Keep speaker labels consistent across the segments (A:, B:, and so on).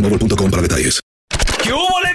A: Mobile.com para detalles.
B: ¿Qué hubo, le,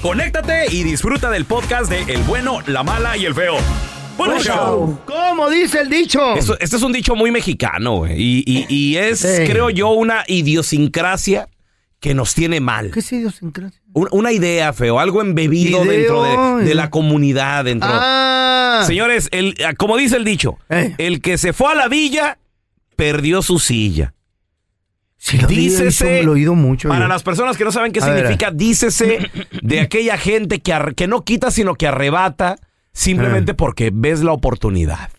B: conéctate y disfruta del podcast de El bueno, la mala y el feo. Bueno,
C: Buen
B: show.
C: show. ¿Cómo dice el dicho?
D: Esto, este es un dicho muy mexicano, güey. Y, y- y es, creo yo, una idiosincrasia que nos tiene mal.
C: ¿Qué es idiosincrasia?
D: Un- una idea, feo, algo embebido
C: Ideo.
D: dentro de, de la comunidad. Dentro.
C: Ah.
D: Señores, el, ah, como dice el dicho,
C: Eh.
D: el que se fue a la villa perdió su silla.
C: Sí, lo
D: dícese-
C: Dícese. Lo he oído mucho.
D: Para
C: yo.
D: las personas que no saben qué
C: A ver,
D: significa, dícese de aquella gente que, ar- que no quita, sino que arrebata
C: Eh.
D: simplemente porque ves la oportunidad.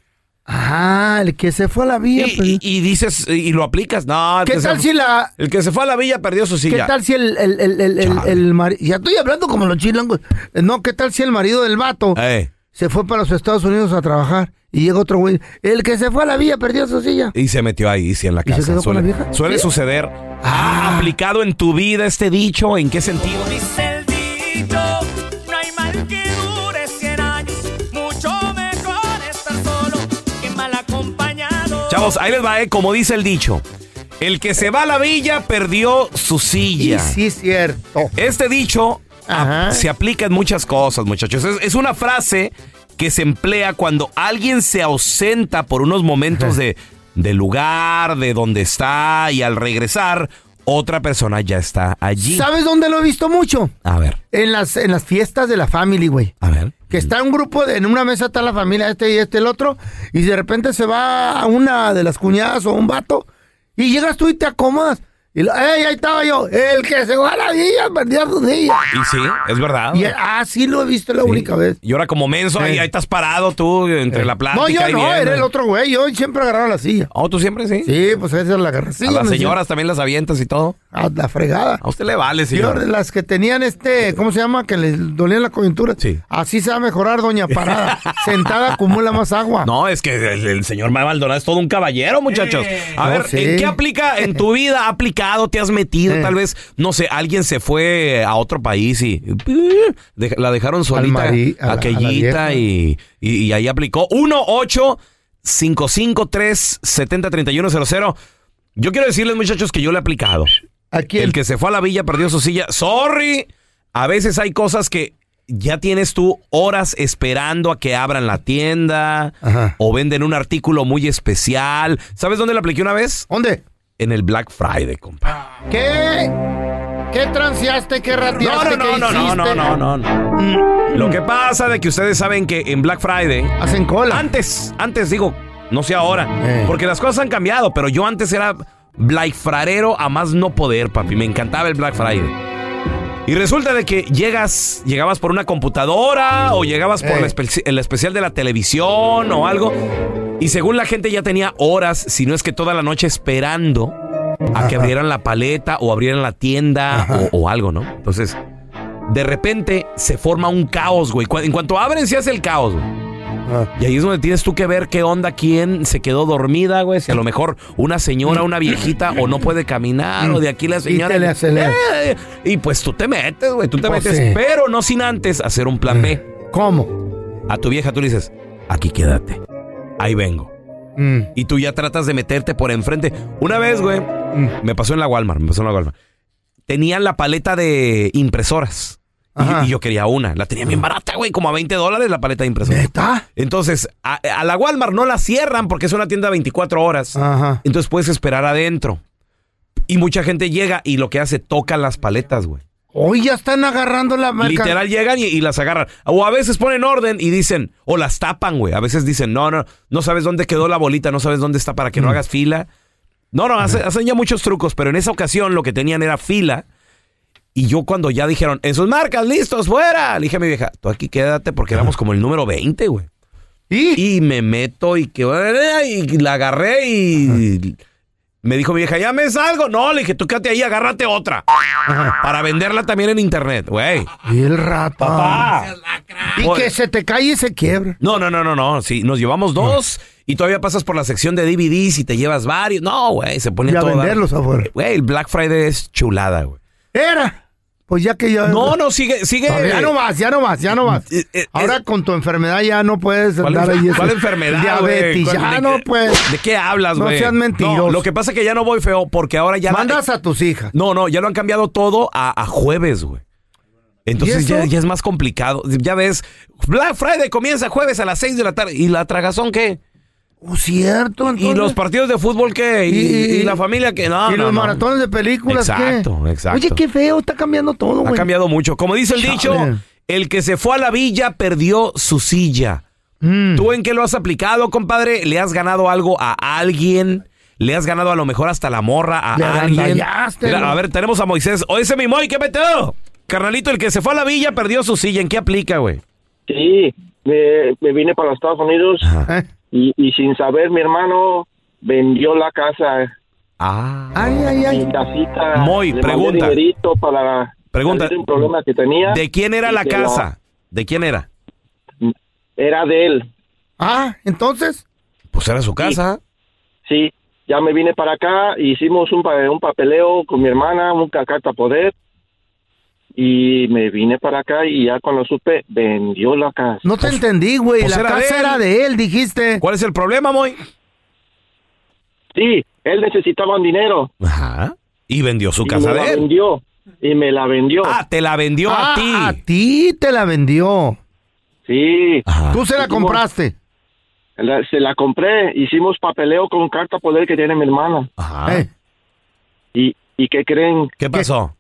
C: Ah, el que se fue a la vía.
D: Y, y- y dices, y lo aplicas. No, el
C: pues. ¿Qué
D: que se-
C: tal si la...
D: El que se fue a la villa perdió su
C: ¿Qué
D: silla.
C: tal si el, el, el, el, el-
D: Chale.
C: el mari- Ya estoy hablando como los chilangos. Eh, No, ¿qué tal si el marido del vato
D: Eh,
C: se fue para los Estados Unidos a trabajar y llega otro güey? El que se fue a la villa perdió su silla.
D: y se metió ahí, sí, en la
C: ¿Y se
D: casa.
C: quedó con
D: suele
C: la vieja?
D: suele
C: ¿Sí? Ah.
D: suceder. ¿Ha aplicado en tu vida este dicho? ¿En qué sentido?
E: Dice el dicho, no hay mal que dure 100 años, mucho mejor estar solo que mal acompañado.
D: Chavos, ahí les va, eh, como dice el dicho. El que se va a la villa perdió su
C: Y
D: silla.
C: sí, es cierto.
D: Este dicho
C: Ajá.
D: se aplica en muchas cosas, muchachos. Es, es una frase que se emplea cuando alguien se ausenta por unos momentos de, del lugar, de donde está, y al regresar, otra persona ya está allí.
C: ¿Sabes dónde lo he visto mucho?
D: A ver,
C: En las, en las fiestas de la family, güey.
D: a ver.
C: Que está un grupo, de- en una mesa está la familia este y este, el otro, y de repente se va a una de las cuñadas o un vato, y llegas tú y te acomodas. Y lo- ¡Ey, ahí estaba yo! El que se va a la villa perdió su silla.
D: Y sí, es verdad.
C: Y, ah, sí lo he visto la
D: Ah, Sí.
C: única vez.
D: Y ahora como menso, ahí,
C: Eh.
D: ahí estás parado tú entre la plática.
C: No, yo
D: y
C: no,
D: viendo.
C: era el otro güey. Yo siempre agarraba la silla.
D: Oh, tú siempre sí.
C: Sí, pues a veces la agarraba.
D: a las señoras también las avientas y todo.
C: A la fregada.
D: A usted le vale,
C: Yo,
D: señor.
C: las que tenían este, ¿cómo se llama? Que les dolían la coyuntura.
D: Sí.
C: Así se va a mejorar, doña Parada. Sentada acumula más agua.
D: No, es que el, el señor Manuel Maldonado es todo un caballero, muchachos. A
C: Eh. No
D: ver,
C: sé.
D: ¿en qué aplica en tu vida? ¿Ha aplicado? ¿Te has metido?
C: Eh.
D: Tal vez, no sé, alguien se fue a otro país y de- la dejaron solita
C: mari- a la- a la
D: aquellita
C: vieja.
D: y, y- y ahí aplicó. 1 8 553 70 31 00. Yo quiero decirles, muchachos, que yo le he aplicado.
C: Aquí
D: El que se fue a la villa perdió su silla. Sorry. A veces hay cosas que ya tienes tú horas esperando a que abran la tienda
C: Ajá.
D: o venden un artículo muy especial. ¿Sabes dónde la apliqué una vez?
C: ¿Dónde?
D: En el Black Friday, compa.
C: ¿Qué? ¿Qué transeaste? ¿Qué
D: No,
C: rateaste?
D: no, no,
C: ¿Qué
D: no, no,
C: hiciste? Mm.
D: no, no, no, no. Lo que pasa de que ustedes saben que en Black Friday
C: Hacen cola.
D: Antes, antes digo, no sé ahora,
C: Eh.
D: porque las cosas han cambiado, pero yo antes era Black Frarero a más no poder, papi. Me encantaba el Black Friday. Y resulta de que llegas, llegabas por una computadora o llegabas por la
C: Eh.
D: espe- el especial de la televisión o algo. Y según la gente ya tenía horas, si no es que toda la noche esperando a que abrieran la paleta o abrieran la tienda o, o algo, ¿no? Entonces, de repente se forma un caos, güey. Cu- En cuanto abren, se hace el caos, güey.
C: Ah.
D: Y ahí es donde tienes tú que ver qué onda, quién se quedó dormida, güey. Si a lo mejor una señora, una viejita, o no puede caminar, o de aquí la señora.
C: Y te le aceleras.
D: Eh, y pues tú te metes, güey. Tú te
C: Pues
D: metes,
C: sí.
D: pero no sin antes hacer un plan B.
C: ¿Cómo?
D: A tu vieja tú le dices, aquí quédate. Ahí vengo.
C: Mm.
D: Y tú ya tratas de meterte por enfrente. Una vez, güey,
C: Mm.
D: me pasó en la Walmart, me pasó en la Walmart. Tenían la paleta de impresoras.
C: Ajá.
D: Y, y yo quería una. La tenía bien barata, güey, como a 20 dólares la paleta de impresoras.
C: ¿Neta?
D: Entonces, a, a la Walmart no la cierran porque es una tienda 24 horas.
C: Ajá.
D: Entonces puedes esperar adentro. Y mucha gente llega y lo que hace, toca las paletas, güey.
C: Hoy ya están agarrando la marca.
D: Literal llegan y, y las agarran. O a veces ponen orden y dicen, o las tapan, güey. A veces dicen, no, no, no sabes dónde quedó la bolita, no sabes dónde está para que no hagas fila. No, no, hace- hacen ya muchos trucos, pero en esa ocasión lo que tenían era fila. Y yo cuando ya dijeron, en sus marcas, listos, fuera, le dije a mi vieja, tú aquí quédate porque éramos como el número 20, güey.
C: ¿Y?
D: Y me meto y que y la agarré y me dijo mi vieja, ya me salgo. No, le dije, tú quédate ahí, agárrate otra. Para venderla también en internet, güey.
C: Y el rato. Y que se te cae y se quiebra.
D: No, no, no, no, no. Sí, nos llevamos dos y todavía pasas por la sección de DVDs y te llevas varios. No, güey, se pone
C: Y a
D: todo.
C: venderlos afuera.
D: Güey, el Black Friday es chulada, güey.
C: Era. Pues ya que yo.
D: No, no, sigue, sigue.
C: Ya no más, ya no más, ya no más.
D: Eh, eh,
C: Ahora
D: es-
C: con tu enfermedad ya no puedes
D: ¿Cuál,
C: andar
D: enfer-
C: ahí.
D: cuál
C: ese-
D: enfermedad?
C: Diabetes,
D: güey?
C: ya
D: ¿De
C: no
D: qué-
C: puedes.
D: ¿De qué hablas,
C: No
D: güey?
C: sean mentirosos.
D: lo que pasa es que ya no voy feo porque ahora ya. la-
C: Mandas a tus hijas.
D: No, no, ya lo han cambiado todo a, a jueves, güey. Entonces
C: eso?
D: ya, ya es más complicado. Ya ves, Black Friday comienza jueves a las 6 de la tarde. ¿Y la tragazón qué?
C: Oh, cierto,
D: ¿Y
C: entonces.
D: los partidos de fútbol qué? ¿Y, y la familia qué? No,
C: y
D: no,
C: los
D: no.
C: maratones de películas
D: Exacto,
C: ¿qué?
D: exacto.
C: Oye, qué feo, está cambiando todo,
D: Ha
C: güey.
D: cambiado mucho. Como dice el
C: Chale.
D: dicho, el que se fue a la villa perdió su silla.
C: Mm.
D: ¿Tú en qué lo has aplicado, compadre? ¿Le has ganado algo a alguien? ¿Le has ganado a lo mejor hasta la morra a
C: Le
D: alguien?
C: agandallaste,
D: Mira,
C: ¿no?
D: a ver, tenemos a Moisés. Oye, ese mi Moy, ¿qué metió? Carnalito, el que se fue a la villa perdió su silla. ¿En qué aplica, güey?
F: Sí, me, me vine para los Estados Unidos
C: ¿Eh?
F: y, y sin saber mi hermano vendió la casa,
D: Ah.
C: Ay, ay,
F: mi
C: ay.
F: casita.
D: Moy,
F: Le mandé
D: pregunta.
F: dinerito para
D: Pregunta.
F: salir de un problema que tenía.
D: ¿De quién era
F: y
D: la
F: que
D: casa? ¿De quién era?
F: Era de él.
C: Ah, entonces.
D: Pues era su casa.
F: Sí, ya me vine para acá, hicimos un, pa- un papeleo con mi hermana, un cacata poder. Y me vine para acá y ya cuando supe, vendió la casa.
C: No te entendí, güey.
D: pues
C: la
D: era de
C: casa
D: él.
C: era de él, dijiste.
D: ¿Cuál es el problema, Moy?
F: Sí, él necesitaba un dinero.
D: Ajá. Y vendió su
F: y
D: casa
F: me
D: de
F: la
D: él.
F: vendió. Y me la vendió.
D: Ah, te la vendió
C: Ah,
D: a ti.
C: A ti te la vendió.
F: Sí.
D: Ajá.
C: Tú se la
F: Dijimos-
C: compraste.
F: La- se la compré, hicimos papeleo con carta poder que tiene mi hermana.
D: Ajá.
C: Eh,
F: ¿Y, y qué creen?
D: Ah. ¿Qué pasó?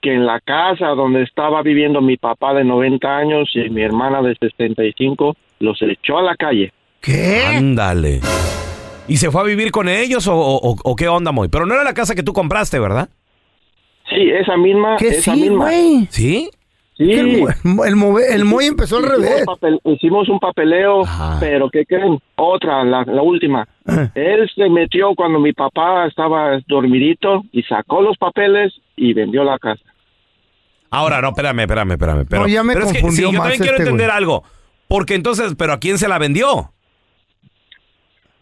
F: Que en la casa donde estaba viviendo mi papá de 90 años y mi hermana de 65, los echó a la calle.
C: ¿Qué?
D: Ándale. ¿Y se fue a vivir con ellos o, o- o qué onda, Moy? Pero no era la casa que tú compraste, ¿verdad?
F: Sí, esa misma.
C: Que
F: esa
C: sí,
F: misma.
C: güey.
D: Sí.
F: Sí.
C: El, mo- el move- el Moy empezó al
F: Hicimos,
C: revés.
F: papel- hicimos un papeleo,
D: Ajá.
F: pero ¿qué creen? Otra, la, la última.
C: Eh.
F: Él se metió cuando mi papá estaba dormidito y sacó los papeles y vendió la casa.
D: Ahora, no, espérame, espérame, espérame. Pero,
C: No, ya me
D: pero es que,
C: confundió
D: sí, yo
C: más
D: también quiero
C: este
D: entender
C: güey.
D: algo. Porque entonces, ¿pero a quién se la vendió?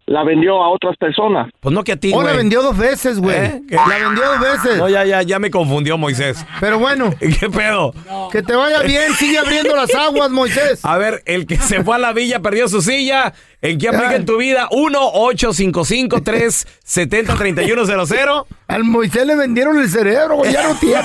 F: La vendió a otras personas.
D: Pues no que a ti,
C: O la
D: güey.
C: vendió dos veces, güey.
D: ¿Eh? ¿Qué?
C: La vendió dos veces.
D: No, ya, ya, ya me confundió, Moisés.
C: Pero bueno,
D: ¿Qué pedo?
C: que te vaya bien. Sigue abriendo las aguas, Moisés.
D: A ver, el que se fue a la villa perdió su silla. ¿En qué aplica en tu vida? 1-855-370-3100.
C: Al Moisés le vendieron el cerebro, güey. Ya no tiene.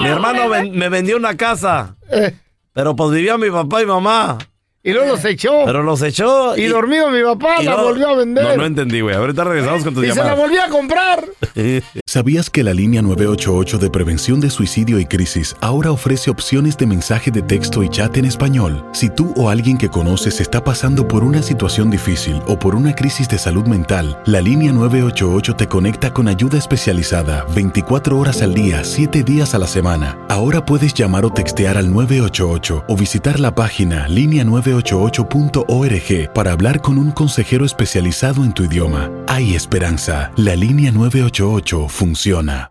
D: Mi hermano ven- me vendió una casa.
C: Eh,
D: Pero pues vivió mi papá y mamá.
C: Y luego los echó.
D: Pero los echó.
C: Y dormido mi papá,
D: y
C: la
D: no-
C: volvió a vender.
D: No, no entendí, güey. Ahorita regresamos con tus
C: y se la
D: llamadas.
C: volvió a comprar.
G: ¿Sabías que la línea 988 de prevención de suicidio y crisis ahora ofrece opciones de mensaje de texto y chat en español? Si tú o alguien que conoces está pasando por una situación difícil o por una crisis de salud mental, la línea 988 te conecta con ayuda especializada 24 horas al día, 7 días a la semana. Ahora puedes llamar o textear al 988 o visitar la página línea988.org para hablar con un consejero especializado en tu idioma. Hay esperanza. La línea 988 funciona.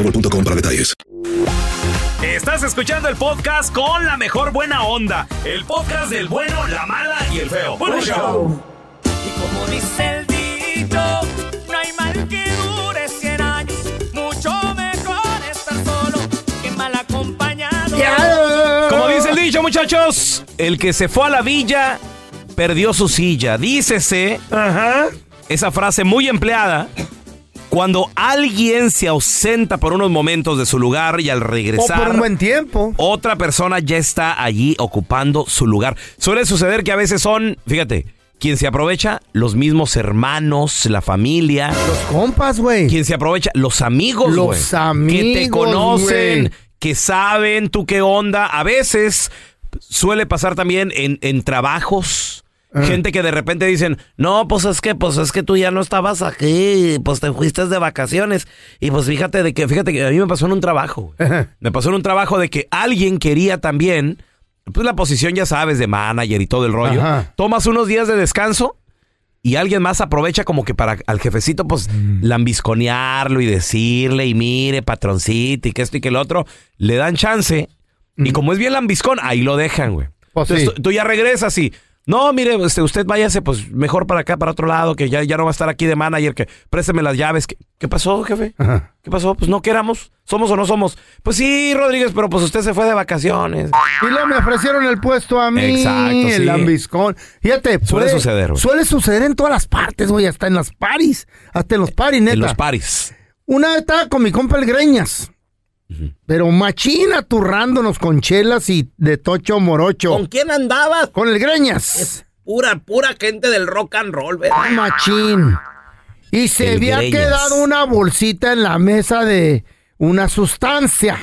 A: para detalles.
D: Estás escuchando el podcast con la mejor buena onda. El podcast del bueno, la mala y el feo. Bueno, show.
E: Como dice el dicho, no hay mal que dure 100 años. Mucho mejor estar solo que mal acompañado.
D: Como dice el dicho, muchachos, el que se fue a la villa perdió su silla. Dícese esa frase muy empleada cuando alguien se ausenta por unos momentos de su lugar y al
C: O
D: regresar
C: por un buen tiempo.
D: otra persona ya está allí ocupando su lugar. Suele suceder que a veces son, fíjate, quien se aprovecha, los mismos hermanos, la familia.
C: Los compas, güey.
D: Quien se aprovecha, los amigos,
C: Los
D: güey,
C: amigos,
D: que te conocen,
C: güey.
D: que saben tú qué onda. A veces suele pasar también en, en trabajos.
C: Ah.
D: Gente que de repente dicen, no, pues es que, pues es que tú ya no estabas aquí, pues te fuiste de vacaciones. Y pues fíjate de que, fíjate que a mí me pasó en un trabajo. güey. me pasó en un trabajo de que alguien quería también, pues la posición ya sabes, de manager y todo el rollo.
C: Ajá.
D: Tomas unos días de descanso y alguien más aprovecha como que para al jefecito, pues,
C: Mm.
D: lambisconearlo y decirle, y mire, patroncito, y que esto y que el otro, le dan chance. Y como es bien lambiscón, ahí lo dejan, güey.
C: Mm. Pues
D: Entonces
C: sí.
D: tú, tú ya regresas y. No, mire, este, usted váyase, pues mejor para acá, para otro lado, que ya, ya no va a estar aquí de manager, que présteme las llaves. ¿Qué, qué pasó, jefe?
C: Ajá.
D: ¿Qué pasó? Pues no queramos, somos o no somos. Pues sí, Rodríguez, pero pues usted se fue de vacaciones.
C: Y luego me ofrecieron el puesto a mí.
D: Exacto, sí.
C: El ambiscón. Fíjate,
D: Suele
C: puede-
D: suceder, güey.
C: Suele suceder en todas las partes, güey. Hasta en las paris. Hasta en los paris, neta.
D: En los paris.
C: Una vez estaba con mi compa el Greñas. Pero machina turrándonos con chelas y de tocho morocho. ¿Con,
D: quién andabas?
C: el Greñas.
D: Pura, pura gente del rock and roll, ¿verdad?
C: Ah, Machín. Y se
D: El
C: había
D: Greñas.
C: quedado una bolsita en la mesa de una sustancia.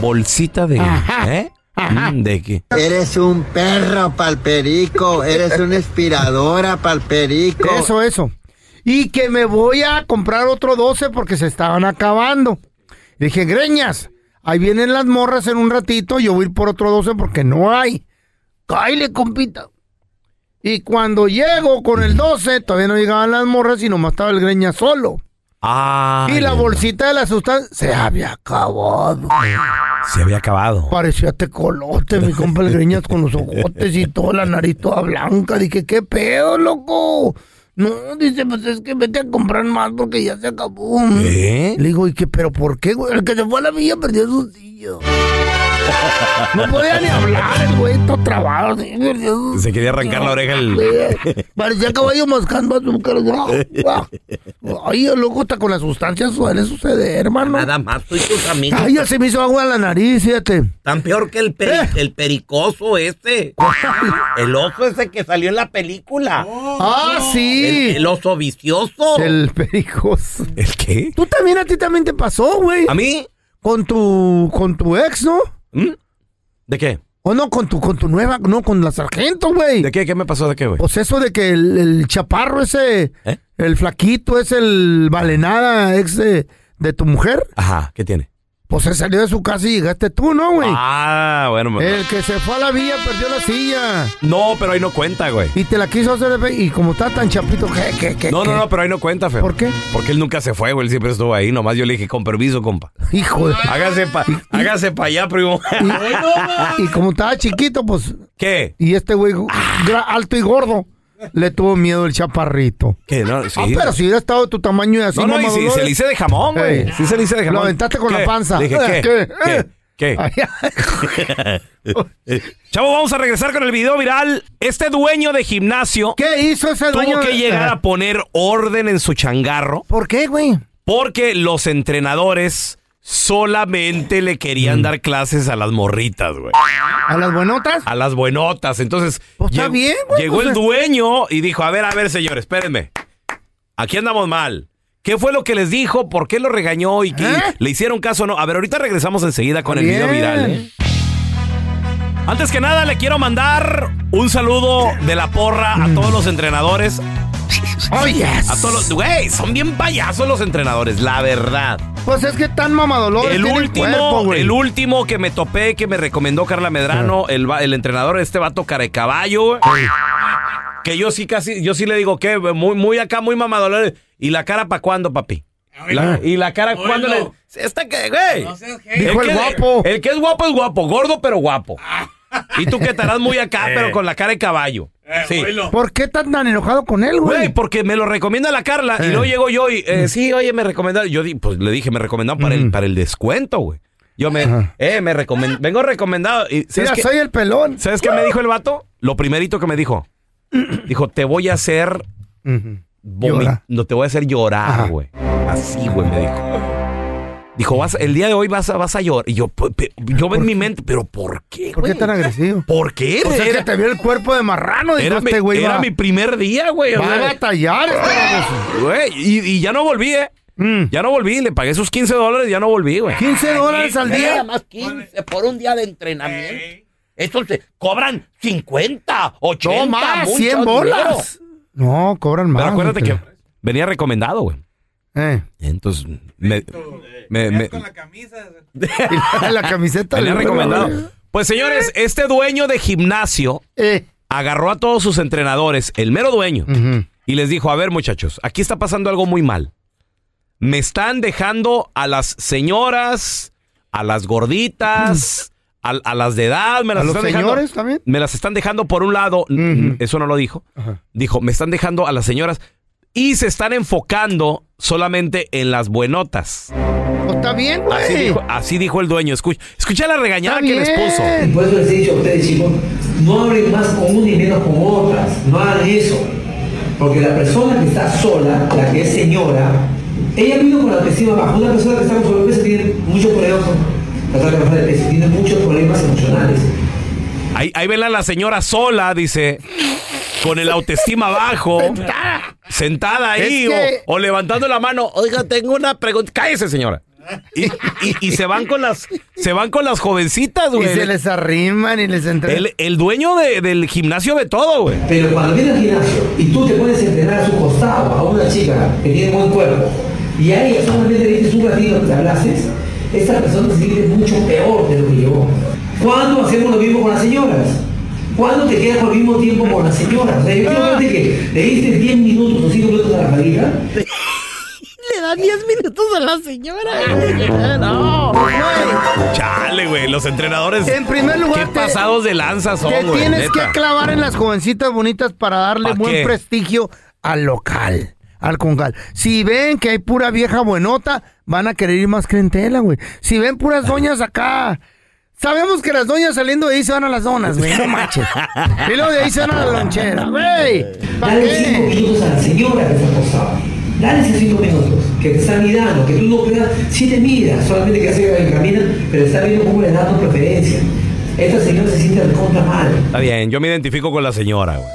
D: Bolsita de.
C: Ajá,
D: ¿Eh?
C: ajá.
D: Mm, ¿De qué?
H: Eres un perro palperico, eres una inspiradora palperico.
C: Eso, eso. Y que me voy a comprar otro 12 porque se estaban acabando. Dije, greñas, ahí vienen las morras en un ratito, yo voy a ir por otro 12 porque no hay. Cáile, compita. Y cuando llego con el 12, todavía no llegaban las morras y nomás estaba el greña solo.
D: Ah.
C: y la
D: ya,
C: bolsita de la sustancia se había acabado.
D: Se había acabado.
C: Parecía tecolote, mi compa el Greñas con los ojotes y toda la nariz toda blanca. Dije, ¿qué pedo, loco? No, dice, pues es que vete a comprar más porque ya se acabó.
D: ¿Eh?
C: Le digo, ¿y qué? ¿Pero por qué, güey? El que se fue a la villa perdió su silla. No podía ni hablar, el güey, todo trabado. así, perdió su
D: Se quería arrancar la oreja el.
C: silla. Parecía caballo mascando azúcar. Ay, el loco, hasta con las sustancias suele suceder, hermano.
H: más tú y tus amigos
C: Ay, ya se me hizo agua en la nariz, fíjate.
H: tan peor que el,
C: peri-
H: el pericoso ese. El oso ese que salió en la película.
C: Ah, sí.
H: oso vicioso.
C: El pericoso.
D: ¿El qué?
C: Tú también, a ti también te pasó, güey.
D: ¿A mí?
C: Con tu, con tu ex, ¿no?
D: ¿Mm? ¿De qué?
C: O no, con tu, con tu nueva, no, con la sargento, güey.
D: ¿De qué? ¿Qué me pasó? ¿Eh? ¿De qué, güey?
C: Pues eso de que el, el chaparro ese, el flaquito es el valenada ex de, de tu mujer.
D: Ajá, ¿qué tiene?
C: Pues se salió de su casa y llegaste tú, ¿no, güey?
D: Ah, bueno. me-
C: El que se fue a la villa perdió la silla.
D: No, pero ahí no cuenta, güey.
C: Y te la quiso hacer de fe- Y como está tan chapito, ¿qué, qué, qué?
D: No,
C: qué?
D: no, no, pero ahí no cuenta, feo.
C: ¿Por qué?
D: Porque él nunca se fue, güey. Él siempre estuvo ahí. Nomás yo le dije, con permiso, compa.
C: Hijo de.
D: Hágase pa, hágase pa allá, primo.
C: Y, y como estaba chiquito, pues.
D: ¿Qué?
C: Y este güey, gra- alto y gordo, le tuvo miedo el chaparrito.
D: ¿Qué? No, sí.
C: Ah, pero si hubiera estado de tu tamaño y así,
D: no, no, y
C: mamá
D: si,
C: Dolores.
D: se le hice de jamón, güey.
C: Ey.
D: Sí se le hice de jamón.
C: Lo aventaste con
D: ¿Qué?
C: la panza.
D: Le dije,
C: Eh,
D: ¿qué?
C: ¿qué?
D: ¿Qué?
C: Eh.
D: ¿Qué?
C: Ay, ay,
D: Chavo, vamos a regresar con el video viral. Este dueño de gimnasio
C: ¿Qué hizo ese dueño?
D: tuvo que
C: de-
D: llegar
C: Ajá.
D: a poner orden en su changarro
C: ¿Por qué, güey?
D: porque los entrenadores solamente le querían
C: Mm.
D: dar clases a las morritas, güey.
C: ¿A las buenotas?
D: A las buenotas. Entonces,
C: Pues está
D: lleg-
C: bien, güey,
D: llegó
C: pues
D: el
C: es-
D: dueño y dijo, a ver, a ver, señores, espérenme. Aquí andamos mal. ¿Qué fue lo que les dijo? ¿Por qué lo regañó? ¿Y qué?
C: ¿Eh?
D: ¿Le hicieron caso o no? A ver, ahorita regresamos enseguida con el
C: Bien.
D: video viral. ¿eh? Antes que nada, le quiero mandar un saludo de la porra a todos los entrenadores.
C: Oh, yes.
D: A todos los... Güey, son bien payasos los entrenadores, la verdad.
C: Pues es que tan mamadolor.
D: El
C: tiene
D: último,
C: cuerpo, güey.
D: el último que me topé, que me recomendó Carla Medrano, el, va- el entrenador de este vato carecaballo, güey. Que yo sí casi, yo sí le digo que muy, muy acá, muy mamadolor. ¿Y la cara para cuándo, papi? La- ¿Y la cara cuándo le.? Esta que, güey.
C: Dijo el
D: que-
C: guapo.
D: El que es guapo es guapo, gordo pero guapo. Y tú que estarás muy acá,
C: Eh.
D: pero con la cara de caballo. Sí.
C: ¿Por qué estás tan enojado con él, güey?
D: Güey, porque me lo recomienda la Carla. Y luego llego yo y, eh, sí, oye, me recomendaron. Yo di- pues le dije, me recomendaron para, el, para el descuento, güey. Yo me, eh, me recomen- vengo recomendado. Y, ¿Sabes,
C: Ah. Mira,
D: qué,
C: soy el pelón.
D: ¿sabes qué me dijo el vato? Lo primerito que me dijo. Dijo, te voy a hacer... vomi-
C: Llorar.
D: No, te voy a hacer
C: Ajá.
D: llorar, güey. Así, güey, me dijo. Dijo, vas, el día de hoy vas a, vas a llorar. Y yo, pe- pe- yo en mi mente, pero ¿por qué,
C: ¿Por
D: güey?
C: qué tan agresivo?
D: ¿Por qué?
C: O sea, que
D: Era-
C: te vio el cuerpo de marrano. dijo
D: era mi,
C: este güey.
D: era
C: va-
D: mi primer día, güey. O
C: Va a
D: sea,
C: batallar este baboso.
D: Güey, y, y ya no volví, ¿eh?
C: Mm.
D: Ya no volví, le pagué sus 15 dólares, ya no volví, güey.
C: 15 dólares al día.
D: más 15 por un día de entrenamiento. Estos te cobran 50, 80,
C: No más, 100 bolas. No, cobran más.
D: Pero acuérdate que
C: güey.
D: venía recomendado, güey.
C: Eh,
D: Entonces, me, me, me-
C: y la, la camiseta.
D: venía
C: le-
D: recomendado. Pues señores, este dueño de gimnasio
C: Eh,
D: agarró a todos sus entrenadores, el mero dueño,
C: ujú.
D: y les dijo, a ver muchachos, aquí está pasando algo muy mal. Me están dejando a las señoras, a las gorditas, a, a las de edad, me las
C: ¿A los
D: están dejando-
C: señores también?
D: Me las están dejando por un lado, n- eso no lo dijo. Dijo, me están dejando a las señoras y se están enfocando solamente en las buenotas.
C: Pues está bien,
D: Así,
C: güey.
D: dijo, así dijo el dueño. Escucha, escucha la regañada
C: Está
D: que les puso.
C: bien.
I: Por eso les he dicho a ustedes, chicos, no hablen más con una y menos con otras. No hagan eso. Porque la persona que está sola, la que es señora, ella vino con la autoestima baja. Una persona que está con sobrepeso tiene muchos problemas, con- tratar de bajar de peso, tiene muchos problemas emocionales.
D: Ahí, ahí vela la señora sola, dice, con el autoestima bajo, sentada ahí
C: Es que-
D: o, o levantando la mano. Oiga, tengo una pregunta. Cállese, señora. Y, y- y se van con las, se van con las jovencitas,
C: Y
D: güey.
C: se les arriman y les entregan.
D: El, el dueño de- del gimnasio de todo, güey.
I: Pero cuando viene al gimnasio y tú te pones a entrenar a su costado a una chica que tiene buen cuerpo y a ella solamente le dices un ratito que te hablases, esta persona se siente mucho peor de lo que llevó. ¿Cuándo hacemos lo mismo con las señoras? ¿Cuándo te quedas por el mismo tiempo con las señoras? O sea, yo quiero verte que le diste 10 minutos o 5 minutos a la marita
D: Chale, güey. Los entrenadores.
C: En primer lugar,
D: Qué
C: te-
D: pasados de lanza son,
C: Te
D: güey,
C: tienes
D: neta.
C: que clavar en las jovencitas bonitas para darle
D: ¿Pa'
C: buen
D: qué?
C: prestigio al local, al congal. Si ven que hay pura vieja buenota, van a querer ir más clientela, güey. Si ven puras doñas acá. Sabemos que las doñas saliendo de ahí se van a las donas, güey, no manches. Y luego de ahí se van a la lonchera, güey. ¿Para
I: Dale 5
C: qué?
I: minutos a la señora que está acostada. Dale esos 5 minutos, que te está mirando, que tú no creas, si te mira, solamente que hace que camina, pero está viendo cómo le da tu preferencia. Esta señora se siente recontra mal.
D: Está bien, yo me identifico con la señora, güey.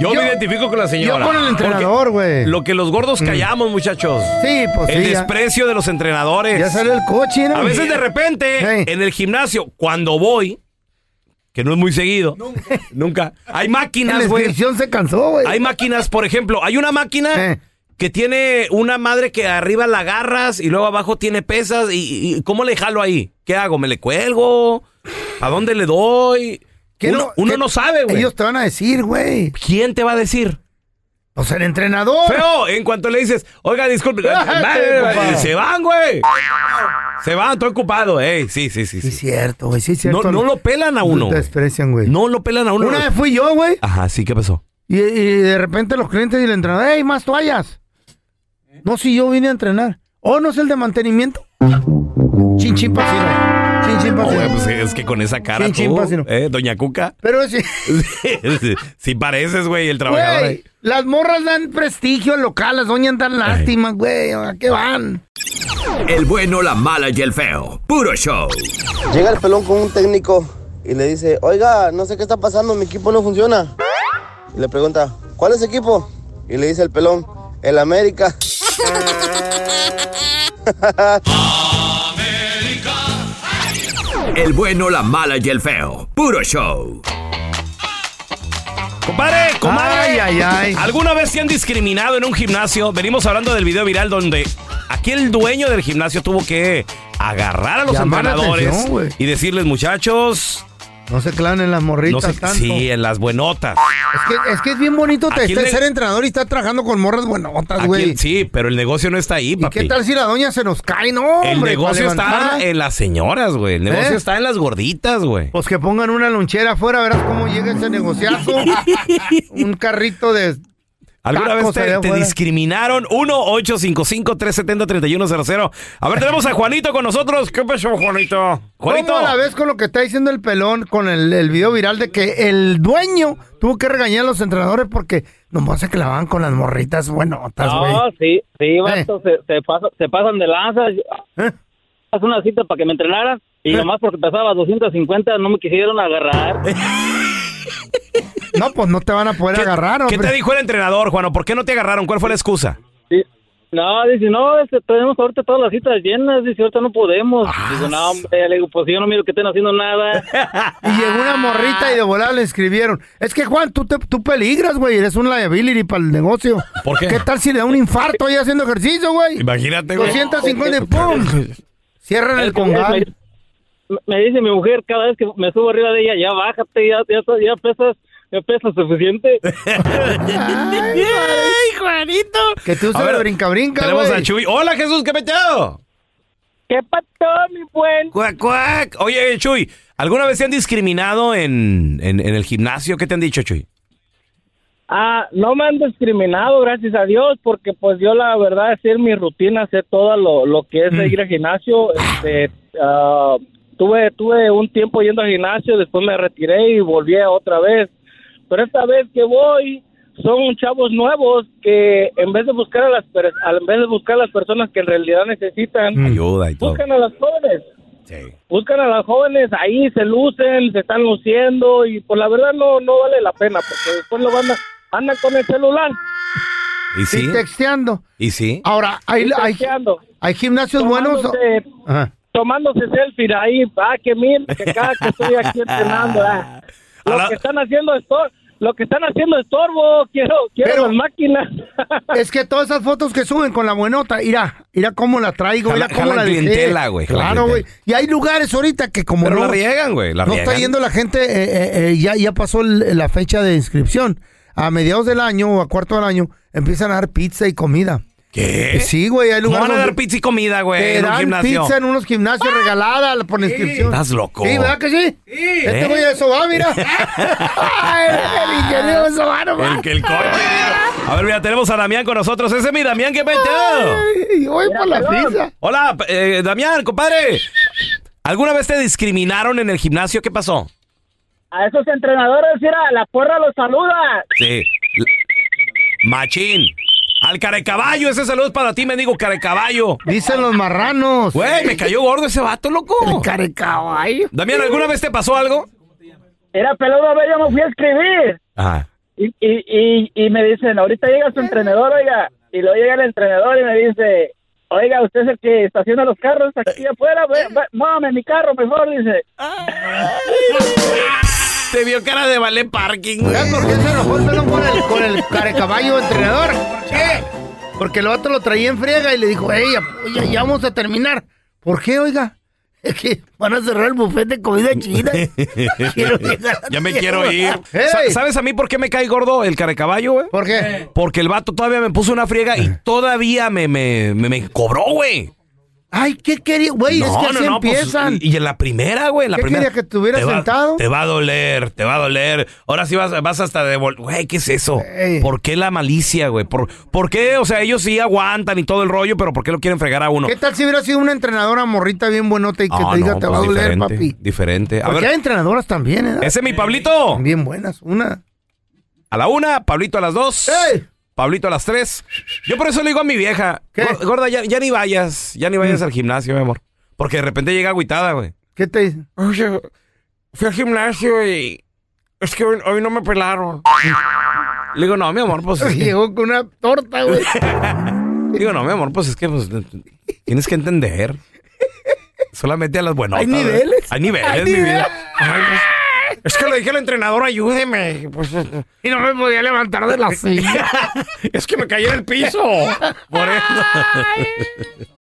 D: Yo,
C: Yo-
D: me identifico con la señora.
C: Yo con el
D: Porque
C: entrenador, güey. Mm.
D: Lo que los gordos callamos, muchachos.
C: Sí, pues
D: El
C: sí. ya-
D: desprecio de los entrenadores.
C: Ya sale el coche, ¿no?
D: A veces de repente,
C: Hey.
D: en el gimnasio, cuando voy, que no es muy seguido. Nunca. Hay máquinas,
C: La
D: güey.
C: inscripción se cansó, güey.
D: Hay máquinas, por ejemplo, hay una máquina que tiene una madre que arriba la agarras y luego abajo tiene pesas. ¿Y, y- cómo le jalo ahí? ¿Qué hago? ¿Me le cuelgo? ¿A dónde le doy?
C: ¿Qué
D: uno
C: no-
D: uno
C: qué-
D: no sabe, güey.
C: Ellos te van a decir, güey.
D: ¿Quién te va a decir?
C: O sea, el entrenador.
D: Feo, en cuanto le dices, oiga, disculpe,
C: ocupado.
D: se van, güey. Se van, estoy ocupado, ey, sí, sí, sí. sí.
C: Es cierto, güey, sí es
D: No,
C: cierto.
D: no lo pelan a uno.
C: Te desprecian, güey.
D: No lo pelan a uno.
C: Una vez fui yo, güey,
D: Ajá, sí, ¿qué pasó?
C: y, y de repente los clientes y el entrenador, ¡Ey, más toallas! No, si yo vine a entrenar. ¿Oh, no es el de mantenimiento? Chin, chin, pasino. Chin, chin,
D: No,
C: pasino.
D: güey, pues es que con esa cara
C: Sí,
D: tú,
C: chimpa, sí, no.
D: eh, Doña Cuca.
C: Pero sí,
D: Sí, sí pareces, güey, el trabajador.
C: güey,
D: ahí.
C: las morras dan prestigio al local, las doñas dan lástima, güey. ¿A qué van?
J: El bueno, la mala y el feo. Puro show.
K: Llega el pelón con un técnico y le dice, oiga, no sé qué está pasando, mi equipo no funciona. Y le pregunta, ¿cuál es el equipo? Y le dice el pelón, el América.
J: El bueno, la mala y el feo. Puro show.
D: Compadre, comadre.
C: Ay, ay, ay.
D: ¿Alguna vez se han discriminado en un gimnasio? Venimos hablando del video viral donde aquí el dueño del gimnasio tuvo que agarrar a los
C: Llamar la
D: entrenadores
C: atención, güey.
D: y decirles, muchachos,
C: No se clavan en las
D: no
C: morritas
D: sé,
C: tanto.
D: sí, en las buenotas.
C: Es, que, es que es bien bonito te,
D: Aquí
C: estar-
D: le-
C: ser entrenador y estar trabajando con morras buenotas,
D: Aquí
C: güey.
D: el- sí, pero el negocio no está ahí,
C: ¿Y
D: papi.
C: qué tal si la doña se nos cae? No,
D: el
C: hombre,
D: negocio
C: para
D: está
C: levantarla.
D: en las señoras, güey. El negocio
C: ¿Eh?
D: está en las gorditas, güey.
C: Pues que pongan una lonchera afuera, verás cómo llega ese negociazo. Un carrito de...
D: ¿Alguna
C: Tacos
D: vez te-
C: allá
D: te,
C: afuera.
D: discriminaron? 1-855-370-3100. A ver, tenemos a Juanito con nosotros. ¿Qué pasó, Juanito? Juanito.
C: ¿Cómo la ves con lo que está diciendo el pelón con el, el video viral de que el dueño tuvo que regañar a los entrenadores porque nomás se clavaban con las morritas buenotas, güey? Eh.
L: No, sí, sí, vato, se, se, pasa- se pasan de lanzas. Haz una cita para que me entrenaran
C: ¿Eh?
L: y nomás porque pesaba 250 no me quisieron agarrar.
C: No, pues no te van a poder agarrar,
D: ¿Qué
C: hombre.
D: te dijo el entrenador, Juano? ¿Por qué no te agarraron? ¿Cuál fue la excusa?
L: Sí. No, dice, no, este, tenemos ahorita todas las citas llenas, dice, ahorita no podemos.
C: Ah,
L: Digo, no, hombre, le digo, pues yo no miro que estén haciendo nada.
C: Y llegó una morrita y de volada le escribieron. Es que, Juan, tú, te, tú peligras, güey. Eres un liability para el negocio.
D: ¿Por qué?
C: ¿Qué tal si le da un infarto ahí haciendo ejercicio, güey?
D: Imagínate, güey.
C: 250 y ¡pum! Cierran el
L: Este, me,
C: congal.
L: me dice mi mujer cada vez que me subo arriba de ella, ya bájate, ya, ya, ya pesas, ya pesas suficiente.
C: ¡Ay, Juanito! Que tú
D: A
C: usas
D: ver,
C: el brinca-brinca,
D: Tenemos a
C: güey.
D: Chuy. Hola, Jesús, ¿qué peteado?
L: ¿Qué pasó, mi buen?
D: Cuac, cuac. Oye, Chuy, ¿alguna vez te han discriminado en, en- en el gimnasio? ¿Qué te han dicho, Chuy?
L: Ah, no me han discriminado, gracias a Dios, porque pues yo la verdad hacer mi rutina, hacer todo lo, lo que es ir al gimnasio. Este, ah, tuve, tuve un tiempo yendo al gimnasio, después me retiré y volví otra vez. Pero esta vez que voy son chavos nuevos que en vez de buscar a las per- al- en vez de buscar a las personas que en realidad necesitan,
D: Mm. Ayuda y todo.
L: buscan a las jóvenes. Buscan a las jóvenes, ahí se lucen, se están luciendo y pues la verdad no no vale la pena porque después lo van a andan con el celular.
D: ¿Y sí?
C: Y texteando.
D: ¿Y sí?
C: Ahora, hay, hay,
L: texteando,
C: hay gimnasios buenos.
L: tomándose,
C: Ajá.
L: tomándose selfie ahí, ah que mira que cada que estoy aquí entrenando, ah.
D: A
L: lo
D: la-
L: que están haciendo es tor- lo que están haciendo es torbo, quiero quiero
C: Pero-
L: las máquinas.
C: Es que todas esas fotos que suben con la buenota, mira, mira cómo la traigo,
D: Jala-
C: mira cómo
D: jalan
C: la dejé.
D: clientela, güey, jalan
C: Claro, güey.
D: clientela.
C: Y hay lugares ahorita que como
D: Pero
C: no
D: la riegan, güey, la
C: no
D: riegan.
C: está yendo la gente, eh, eh, eh, ya, ya pasó el- la fecha de inscripción. A mediados del año o a cuarto del año empiezan a dar pizza y comida.
D: ¿Qué?
C: Pues Sí, güey, hay
D: ¿Cómo
C: lugares
D: van a dar
C: donde
D: pizza y comida, güey,
C: te
D: en un
C: dan
D: gimnasio?
C: pizza en unos gimnasios regalada por la inscripción.
D: Estás loco.
C: Sí, ¿verdad que sí? Este
D: ¿Eh?
C: güey de eso va, mira. Ay, el ingeniero de Soba nomás.
D: El que el coche. A ver, mira, tenemos a Damián con nosotros. Ese es mi Damián, qué peteado.
C: Ay, voy por la pizza.
D: Hola, eh, Damián, compadre. ¿Alguna vez te discriminaron en el gimnasio? ¿Qué pasó?
L: A esos entrenadores, mira, la porra los saluda.
D: Sí. L- Machín. Al carecaballo, ese saludo es para ti, mendigo carecaballo.
C: Dicen los marranos.
D: Güey, me cayó gordo ese vato, loco.
C: Carecaballo.
D: Damián, ¿alguna vez te pasó algo?
L: Era pelón, una vez yo me fui a escribir.
D: Ajá.
L: Y, y, y, y me dicen, ahorita llega su entrenador, oiga. Y luego llega el entrenador y me dice, oiga, usted es el que estaciona los
C: Eh.
L: carros aquí afuera. ve- ve- Móvame mi carro, mejor, dice.
D: Te vio cara de ballet parking.
C: ¿Sabes por qué se enojó el pelón con el, con el carecaballo entrenador? ¿Por qué? Porque el vato lo traía en friega y le dijo, ey, ya- ya, ya vamos a terminar. ¿Por qué, oiga? Es que van a cerrar el buffet de comida china. Quiero llegar a
D: ya me
C: tiempo.
D: quiero ir.
C: Ey.
D: Sa- ¿Sabes a mí por qué me cae gordo el carecaballo, güey?
C: ¿Por qué?
D: Porque el vato todavía me puso una friega y todavía me, me, me, me cobró, güey.
C: Ay, ¿qué quería? Güey, es que así
D: pues,
C: empiezan.
D: y, y en la primera, güey, en la
C: ¿Qué
D: primera.
C: quería, que estuviera
D: te va-
C: sentado?
D: Te va a doler, te va a doler. Ahora sí vas, vas hasta de vol- Güey, ¿qué es eso? ¿Por qué la malicia, güey? ¿Por, ¿Por qué? O sea, ellos sí aguantan y todo el rollo, pero ¿por qué lo quieren fregar a uno?
C: ¿Qué tal si hubiera sido una entrenadora morrita bien buenota y que
D: Ah,
C: te diga,
D: no,
C: te
D: pues,
C: va a doler,
D: diferente,
C: papi?
D: Diferente. A
C: Porque hay
D: ver,
C: entrenadoras también, ¿eh?
D: ese es mi Pablito.
C: Bien buenas. Una.
D: A la una, Pablito a las dos. Pablito a las tres. Yo por eso le digo a mi vieja, "Gor- gorda, ya, ya ni vayas, ya ni vayas al gimnasio, mi amor. Porque de repente llega agüitada, güey.
C: Mm. ¿Qué te dice?
M: Oye, fui al gimnasio y es que hoy, hoy no me pelaron.
D: Le digo, no, mi amor, pues.
C: Llegó con una torta, güey.
D: digo, no, mi amor, pues es que pues, tienes que entender. Solamente a las buenas.
M: Hay niveles.
D: Hay niveles,
M: Hay
D: mi vida.
M: niveles.
D: Ay, pues,
M: Es que le dije al entrenador, ayúdeme. Pues, y no me podía levantar de la silla. es que me caí en el piso.
D: Por eso.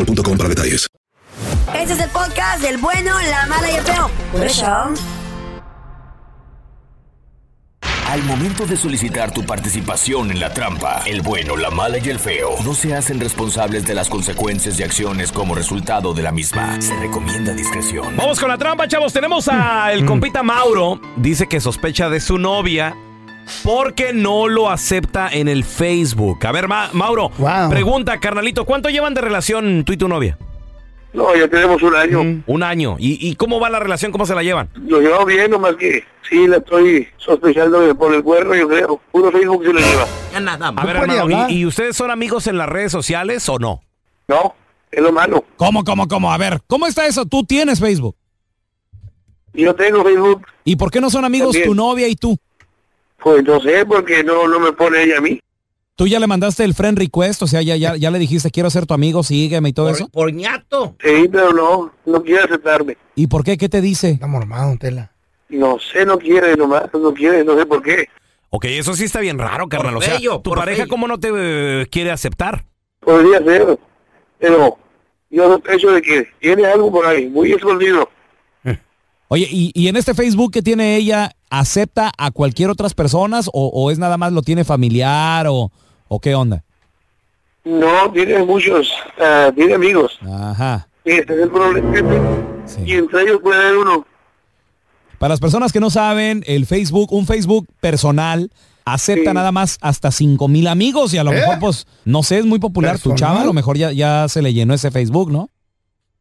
A: para detalles.
N: Este es el podcast del bueno, la mala y el feo. Por eso.
J: Al momento de solicitar tu participación en la trampa, el bueno, la mala y el feo no se hacen responsables de las consecuencias y acciones como resultado de la misma. Se recomienda discreción.
D: Vamos con la trampa, chavos. Tenemos a el compita Mauro. Dice que sospecha de su novia porque no lo acepta en el Facebook. A ver, Ma- Mauro, pregunta, carnalito, ¿cuánto llevan de relación tú y tu novia?
O: No, ya tenemos un año.
D: Un año. ¿Y, y cómo va la relación? ¿Cómo se la llevan?
O: Lo llevo bien, nomás que sí, la estoy sospechando de por el cuerno, yo creo. Puro Facebook se lo lleva.
D: nada A ver,
O: puede
D: hermano, ¿y-
O: hablar.
D: ¿y, ustedes son amigos en las redes sociales o no?
O: No, es lo malo.
D: ¿Cómo, cómo, cómo? A ver, ¿cómo está eso? ¿Tú tienes Facebook?
O: Yo tengo Facebook.
D: ¿Y por qué no son
O: amigos También. tu
D: novia y tú?
O: Pues no sé, porque no, no me pone ella a mí.
P: Tú ya le mandaste el friend request, o sea, ya, ya, ya le dijiste quiero ser tu amigo, sígueme y todo eso.
O: ñato. Sí, pero no, no quiere aceptarme.
P: ¿Y por qué? ¿Qué te dice?
C: Está mormado, tela.
O: No sé, no quiere nomás, no quiere, no sé por qué.
D: Ok, eso sí está bien raro, carnal. O sea,
O: bello,
D: ¿tu
O: por
D: pareja cómo no te eh, quiere aceptar?
O: Podría ser, pero yo sospecho de que tiene algo por ahí, muy escondido.
P: Oye, ¿y, y en este Facebook que tiene ella, acepta a cualquier otras personas o, o es nada más lo tiene familiar o, o qué onda?
O: No, tiene muchos, ah, tiene amigos.
P: Ajá.
O: Este es el problema. Y entre ellos puede haber uno.
P: Para las personas que no saben, el Facebook, un Facebook personal, acepta nada más hasta 5 mil amigos y a lo mejor, pues, no sé, es muy popular tu chava, a lo mejor ya, ya se le llenó ese Facebook, ¿no?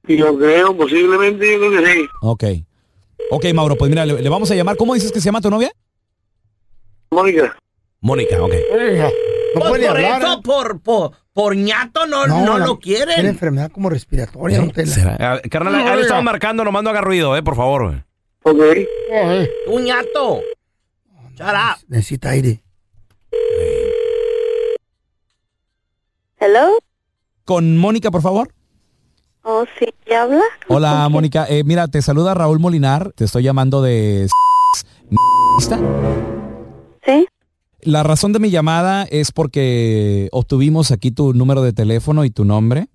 O: Y yo creo, posiblemente, yo creo que sí.
P: Ok. Ok, Mauro, pues mira, le, le vamos a llamar. ¿Cómo dices que se llama tu novia?
O: Mónica.
D: Mónica, ok.
C: No
Q: Pues
C: puede
Q: por
C: hablar. ¿eh?
Q: eso, por, por, por ñato no, no,
C: la-
Q: lo
C: Tiene
Q: quieren.
P: ¿Eh?
C: enfermedad como respiratoria, don Tela.
D: Ah, Carnal, ahí
C: Oiga.
D: le estamos marcando, nomás no haga ruido, eh, por favor. güey.
O: Ok.
B: Un ñato. Shut up.
C: Necesita aire.
D: Hello. Con Mónica, por favor.
R: Oh, sí, ¿ya habla?
D: Hola, Mónica. Eh, mira, te saluda Raúl Molinar. Te estoy llamando de... ¿Está?
R: Sí.
D: La razón de mi llamada es porque obtuvimos aquí tu número de teléfono y tu nombre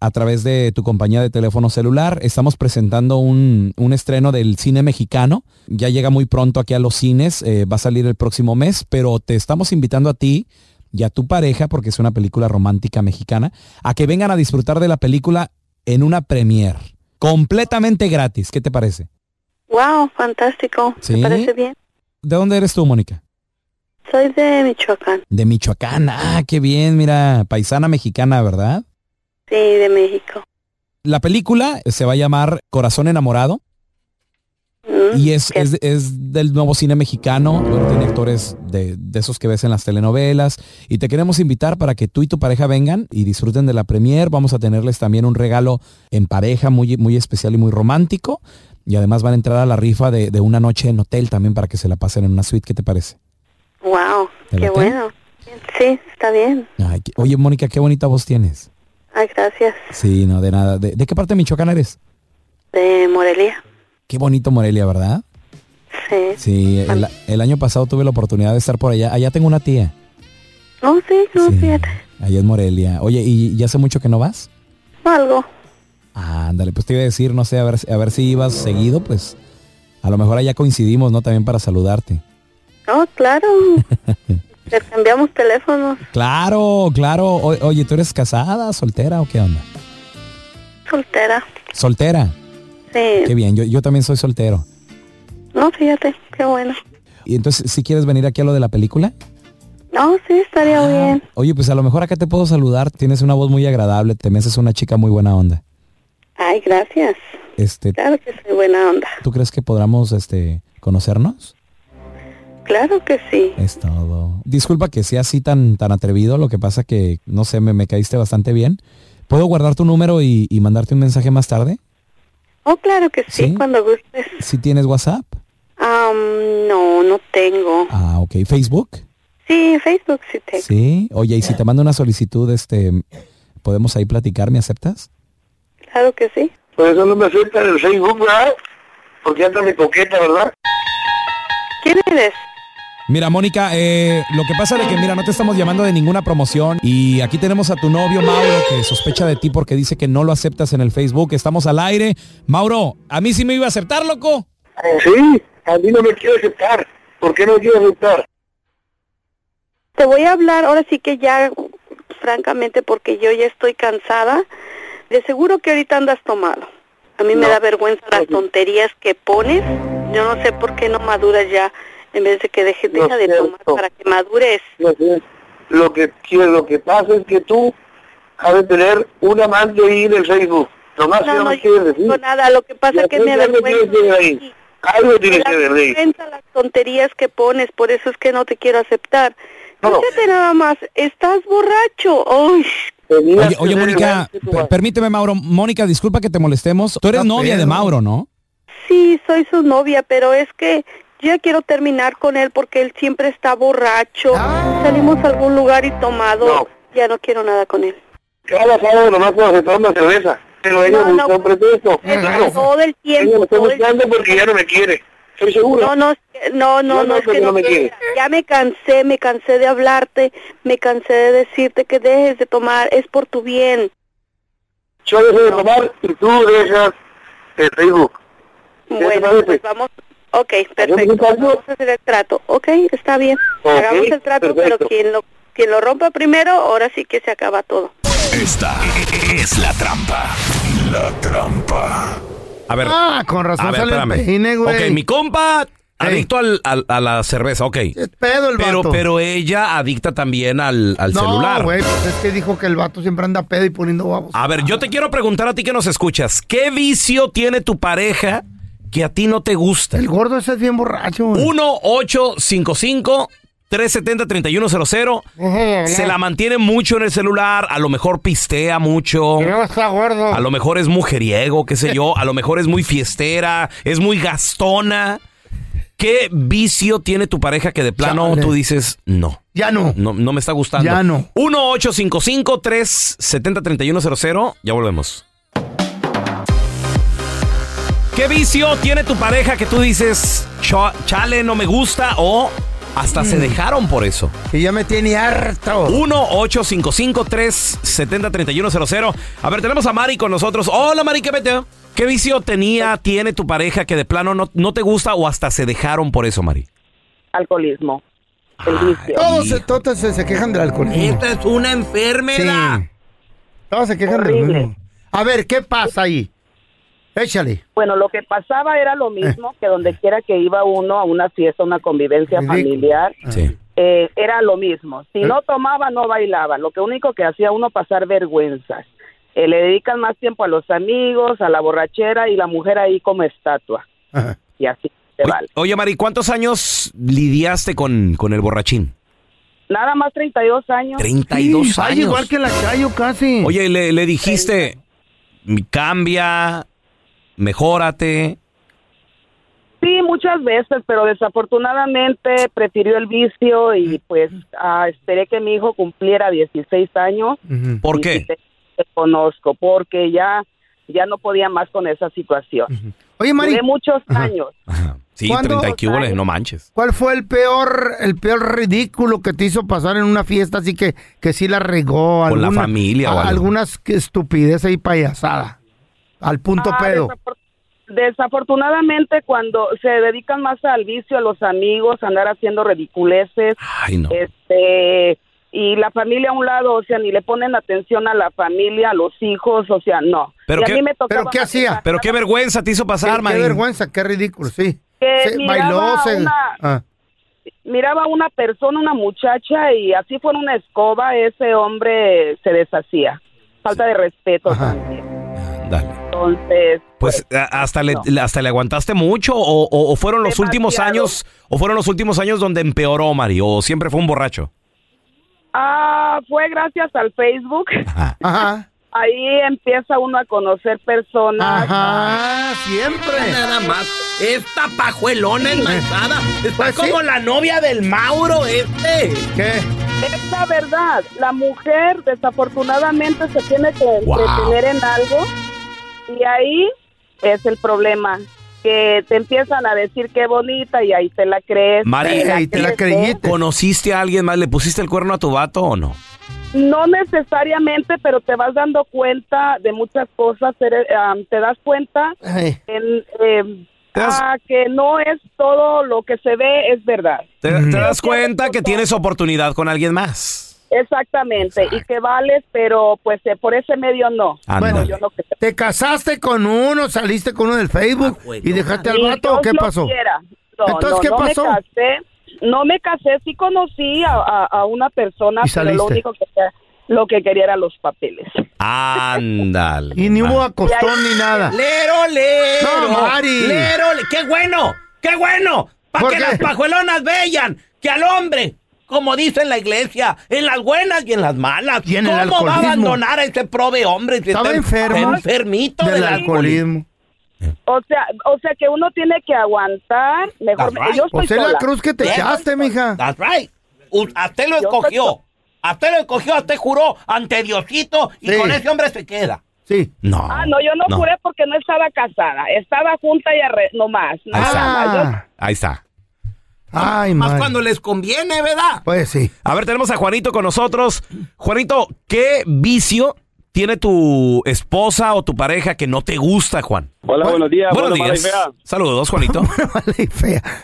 D: a través de tu compañía de teléfono celular. Estamos presentando un, un estreno del cine mexicano. Ya llega muy pronto aquí a los cines. eh, va a salir el próximo mes, pero te estamos invitando a ti y a tu pareja, porque es una película romántica mexicana, a que vengan a disfrutar de la película en una premiere. Completamente gratis. ¿Qué te parece?
R: Wow, fantástico.
D: Sí.
R: ¿Me parece bien?
D: ¿De dónde eres tú, Mónica?
R: Soy de Michoacán.
D: De Michoacán, ah, qué bien, mira, paisana mexicana, ¿verdad?
R: Sí, de México.
D: La película se va a llamar Corazón Enamorado
R: Mm,
D: y es, es, es del nuevo cine mexicano, tiene actores de, de esos que ves en las telenovelas y te queremos invitar para que tú y tu pareja vengan y disfruten de la premier. Vamos a tenerles también un regalo en pareja muy, muy especial y muy romántico y además van a entrar a la rifa de, de una noche en hotel también para que se la pasen en una suite, ¿qué te parece?
R: Wow,
D: ¿Te
R: qué
D: late?
R: bueno. Sí, está bien.
D: Ay, qué- oye, Mónica, qué bonita voz tienes.
R: Ay, gracias.
D: Sí, no, de nada. ¿De, de qué parte de Michoacán eres?
R: De Morelia.
D: Qué bonito Morelia, ¿verdad?
R: Sí.
D: Sí, el, el año pasado tuve la oportunidad de estar por allá. Allá tengo una tía,
R: No, sí, no, fíjate.
D: allá en Morelia. Oye, ¿y, y hace mucho que no vas?
R: Algo.
D: Ah, ándale, pues te iba a decir, no sé, a ver, si- a ver si ibas seguido, pues a lo mejor allá coincidimos, ¿no? También para saludarte.
R: Oh, claro. Intercambiamos teléfonos.
D: Claro, claro. O- oye, ¿tú eres casada, soltera o qué onda?
R: Soltera.
D: Soltera.
R: Sí.
D: Qué bien, yo, yo también soy soltero.
R: No, fíjate, qué bueno.
D: Y entonces, si quieres venir aquí a lo de la película?
R: No, sí, estaría bien.
D: Oye, pues a lo mejor acá te puedo saludar. Tienes una voz muy agradable, te me haces una chica muy buena onda.
R: Ay, gracias.
D: Este,
R: Claro que soy buena onda.
D: ¿tú crees que podamos este conocernos?
R: Claro que sí.
D: Es todo. Disculpa que sea así tan tan atrevido, lo que pasa que no sé, me, me caíste bastante bien. ¿Puedo guardar tu número y, y mandarte un mensaje más tarde?
R: Oh, claro que sí,
D: ¿Sí?
R: cuando gustes.
D: Si tienes WhatsApp.
R: Am, no, no tengo.
D: Ah, ok. Facebook.
R: Sí, Facebook sí tengo.
D: Sí. Oye, y si te mando una solicitud, este, podemos ahí platicar, ¿me aceptas?
R: Claro que sí.
O: Por eso no me aceptan en el Facebook, ¿verdad? Porque andan de coqueta, ¿verdad?
R: ¿Quién eres?
D: Mira, Mónica, eh, lo que pasa es que, mira, no te estamos llamando de ninguna promoción y aquí tenemos a tu novio, Mauro, que sospecha de ti porque dice que no lo aceptas en el Facebook. Estamos al aire. Mauro, a mí sí me iba a aceptar, loco.
O: Sí, a mí no me quiere aceptar. ¿Por qué no me quiere aceptar?
R: Te voy a hablar ahora sí que ya, francamente, porque yo ya estoy cansada. De seguro que ahorita andas tomado. A mí me da vergüenza las tonterías que pones. Yo no sé por qué no maduras ya en vez de que dejes,
O: No
R: deja de
O: sé,
R: tomar para que madures.
O: Lo que, lo que quiero- lo que pasa es que tú has de tener un amante ahí en el Facebook. Nomás
R: No,
O: que no,
R: no,
O: me
R: yo
O: quieres decir.
R: No, nada, lo que pasa es que me
O: Algo tienes que ver
R: avergüenza.
O: ahí. Algo tienes que ver ahí.
R: cuenta las tonterías que pones, por eso es que no te quiero aceptar. Fíjate nada más, estás borracho. Uy,
D: Oye, oye, Mónica, per- permíteme, Mauro. Mónica, disculpa que te molestemos. Tú eres novia de Mauro, ¿no?
R: sí, soy su novia, pero es que yo ya quiero terminar con él porque él siempre está borracho.
O: Ah.
R: Salimos a algún lugar y tomado. Ya no quiero nada con él.
O: Cada sábado nomás cuando se toma una cerveza. Pero ella
R: No, no,
O: busca un pretexto. Claro.
R: Todo el tiempo.
O: Ella me está
R: todo el
O: buscando porque ya no me quiere. Estoy seguro.
R: No, no, es que-
O: No,
R: no, no, no,
O: no,
R: es
O: porque
R: que
O: no
R: no
O: me
R: quiera. Ya me cansé, me cansé de hablarte, me cansé de decirte que dejes de tomar, es por tu bien.
O: Yo dejo de tomar y tú dejas este el Facebook.
R: Bueno, pues vamos, ok, perfecto, vamos a hacer el trato, ok, está bien,
J: Ok,
R: hagamos el trato,
J: perfecto.
R: pero quien lo, quien lo rompa primero, ahora sí que se acaba todo.
J: Esta es la trampa. La trampa.
S: A ver.
C: Ah, con razón
S: a ver,
C: sale el
S: espérame.
C: peine, güey.
S: Ok, mi compa adicto al, al- a la cerveza, ok.
C: Pedo el
S: Pero,
C: vato.
S: pero ella adicta también al, al
C: no,
S: celular.
C: güey, pues es que dijo que el vato siempre anda pedo y poniendo babos.
S: A ver, yo te quiero preguntar a ti que nos escuchas. ¿Qué vicio tiene tu pareja que a ti no te gusta?
C: El gordo ese es bien borracho, güey.
S: 1-855
D: 370-3100. Se la mantiene mucho en el celular, a lo mejor pistea mucho.
M: está gordo.
D: A lo mejor es mujeriego, qué sé yo. A lo mejor es muy fiestera, es muy gastona. ¿Qué vicio tiene tu pareja que de plano tú dices no?
C: Ya no.
D: No, no me está gustando.
C: Ya no.
D: 1-855-370-3100. Ya volvemos. ¿Qué vicio tiene tu pareja que tú dices, "Cho- chale, no me gusta o hasta se
C: Mm.
D: dejaron por eso?
C: Que ya me tiene harto.
D: 1-855-370-3100. A ver, tenemos a Mari con nosotros. Hola, Mari, ¿qué mete? ¿Qué vicio tenía, tiene tu pareja que de plano no, no te gusta o hasta se dejaron por eso, Mari?
T: Alcoholismo.
C: Todos, se, todos se, se quejan del alcoholismo.
Q: Esta es una enfermedad.
C: Sí. Todos se quejan del mismo. A ver, ¿qué pasa ahí? Échale.
T: Bueno, lo que pasaba era
D: Eh.
T: lo mismo que donde quiera que iba uno a una fiesta, una convivencia familiar,
D: Ah.
T: eh, era lo mismo.
D: Eh.
T: Si no tomaba, no bailaba. Lo que único que hacía uno pasar vergüenzas. Eh, le dedican más tiempo a los amigos, a la borrachera y la mujer ahí como estatua. Y así se vale.
D: Oye, Mari, ¿cuántos años lidiaste con, con el borrachín?
T: Nada más 32 años.
D: 32 Sí, ay, años. igual que
C: la Chayo casi.
D: Oye, le, le dijiste, cambia, mejórate.
T: Sí, muchas veces, pero desafortunadamente prefirió el vicio
D: Mm.
T: y pues ah, esperé que mi hijo cumpliera 16 años.
D: ¿Por
T: Y
D: qué?
T: sí Te, te conozco, porque ya, ya no podía más con esa situación.
C: Oye,
T: Mari. Duré muchos años.
D: Sí,
C: ¿Cuándo?
D: 30 y qué hubo, no manches.
C: ¿Cuál fue el peor, el peor ridículo que te hizo pasar en una fiesta así que, que sí la regó?
D: Con la familia o algo.
C: Algunas que estupidez ahí payasada. Al punto
T: Ah,
C: pedo.
T: desafor- Desafortunadamente, cuando se dedican más al vicio, a los amigos, a andar haciendo ridiculeces, este, y la familia a un lado, o sea, ni le ponen atención a la familia, a los hijos, o sea, no.
D: ¿Pero
T: Y
D: qué,
T: a mí me tocaba manejar
D: ¿Pero qué vergüenza te hizo pasar,
C: qué
D: Mari?
C: vergüenza, qué ridículo, sí.
T: que
C: Se
T: miraba,
C: bailó, se...
T: una,
C: Ah.
T: miraba una persona, una muchacha, y así fue una escoba, ese hombre se deshacía. Falta de respeto también. Entonces,
D: Pues a- hasta le, hasta le aguantaste mucho o, o- o fueron los últimos
T: Demasiado.
D: años o fueron los últimos años donde empeoró Mari o siempre fue un borracho.
T: Ah, fue gracias al Facebook. Ahí empieza uno a conocer personas.
C: Ajá, siempre.
Q: Nada más. Esta pajuelona enmaizada está como
T: sí.
Q: la novia del Mauro este.
C: Pues ¿Qué?
T: Es la verdad. La mujer desafortunadamente se tiene que
Q: Wow.
T: entretener en algo y ahí es el problema. Que te empiezan a decir qué bonita y ahí te la crees.
D: Mari,
T: crees, ¿eh?
D: ¿Conociste a alguien más? ¿Le pusiste el cuerno a tu vato o no?
T: No necesariamente, pero te vas dando cuenta de muchas cosas. eres- am, te das cuenta
C: Ay.
T: en, em, ah, que no es todo lo que se ve, es verdad.
D: ¿Te, te das cuenta que tienes oportunidad con alguien más?
T: Exactamente, y que vales, pero pues eh, por ese medio no.
C: Ándale.
T: yo no creo.
C: ¿Te casaste con uno, saliste con uno del
D: Ah,
C: Facebook y dejaste al
T: Ni
C: vato o
T: Dios
C: qué
T: lo
C: pasó?
T: quiera. No,
C: Entonces,
T: no,
C: ¿qué
T: no
C: pasó?
T: Me casé, no me casé, sí conocí a, a- a una persona,
D: ¿Y
T: pero lo
D: saliste?
T: único que, lo que quería era los papeles.
D: Ándale.
C: Y ni hubo acostón
Q: ahí-
C: ni nada.
Q: Ah. Lero, lero.
C: No, Mari.
Q: Lero, le- qué bueno, qué bueno. Para que las pajuelonas vean que al hombre, como dice en la iglesia, en las buenas y en las malas.
C: en el
Q: ¿Cómo va a
C: alcoholismo.
Q: abandonar a este prove hombre? si
C: Estaba
Q: está
C: enfermo
Q: Enfermito
C: del
Q: alcoholismo.
C: alcoholismo.
T: O sea, o sea que uno tiene que aguantar, mejor
Q: That's right.
T: yo estoy
Q: Pues es la
T: sola.
Q: cruz que te
T: Yo
Q: echaste.
C: Hazte, mija.
Q: That's right. U- a usted lo
T: Yo
Q: escogió. A usted lo escogió, a usted juró ante Diosito y
T: Sí.
Q: con ese hombre se queda.
C: Sí.
D: No.
T: Ah, no, yo no,
D: No.
T: juré porque no estaba casada. Estaba junta y arre... nomás.
D: Ahí
T: Nada más. Yo-
D: está. Ahí está.
C: Ay,
Q: Más cuando les conviene, ¿verdad?
C: Pues sí.
D: A ver, tenemos a Juanito con nosotros. Juanito, ¿qué vicio tiene tu esposa o tu pareja que no te gusta, Juan?
U: Hola, buenos días.
D: Buenos
U: Bueno, mala
D: días.
U: y fea.
D: Saludos, Juanito.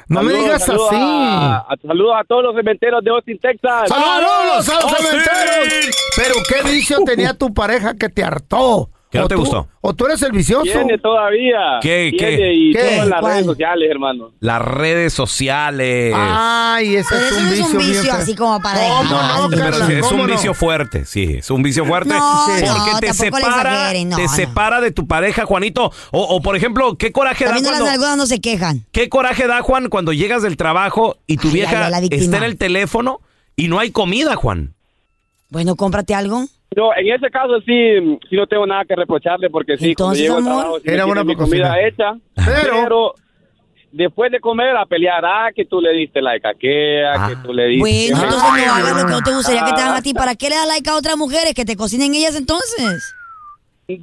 C: No me digas así.
U: A, a- saludos a todos los cementeros de Austin, Texas.
L: ¡Ah,
C: ¡Saludos a los cementeros! Pero qué vicio tenía tu pareja que te hartó.
D: ¿Qué Uh, no
C: O
D: te
C: tú-
D: gustó?
C: O tú eres el vicioso.
L: Tiene todavía.
D: ¿Qué,
L: Tiene
D: qué?
L: Y
C: ¿Qué?
L: todas las
C: ¿Cuál?
L: redes sociales, hermano.
D: Las redes sociales.
N: Ah,
C: Ay, ese
N: Pero
C: es
N: eso
C: un
N: no es
C: vicio.
N: un
C: bien
N: vicio
C: feo.
N: así como para dejar.
D: No, pero
C: Carla,
D: sí, es
C: ¿cómo
D: un
C: no?
D: vicio fuerte, sí, es un vicio fuerte.
N: No,
D: porque
N: no,
D: te
N: tampoco le
D: separa,
N: exageren, no,
D: te
N: no.
D: separa de tu pareja, Juanito. O, o, por ejemplo, qué coraje da
N: También las
D: cuando,
N: nalgonas no se quejan.
D: qué coraje da Juan cuando llegas del trabajo y tu
N: Ay,
D: vieja
N: la- la víctima.
D: está en el teléfono y no hay comida, Juan.
N: Bueno, cómprate algo.
L: No, en ese caso sí, sí no tengo nada que reprocharle porque sí, cuando
N: Entonces,
L: llego al
N: amor.
L: trabajo, sí me
N: Era
L: tiene
N: buena
L: mi
N: para
L: comida
N: cocinar.
L: hecha, pero... después de comer a pelear, ah, que tú le diste like a que, ah, que tú le diste.
N: Bueno,
L: ah,
N: entonces no hagas lo que no te gustaría que te hagan
L: ah,
N: a ti. ¿Para qué le das like a otras mujeres que te cocinen ellas entonces?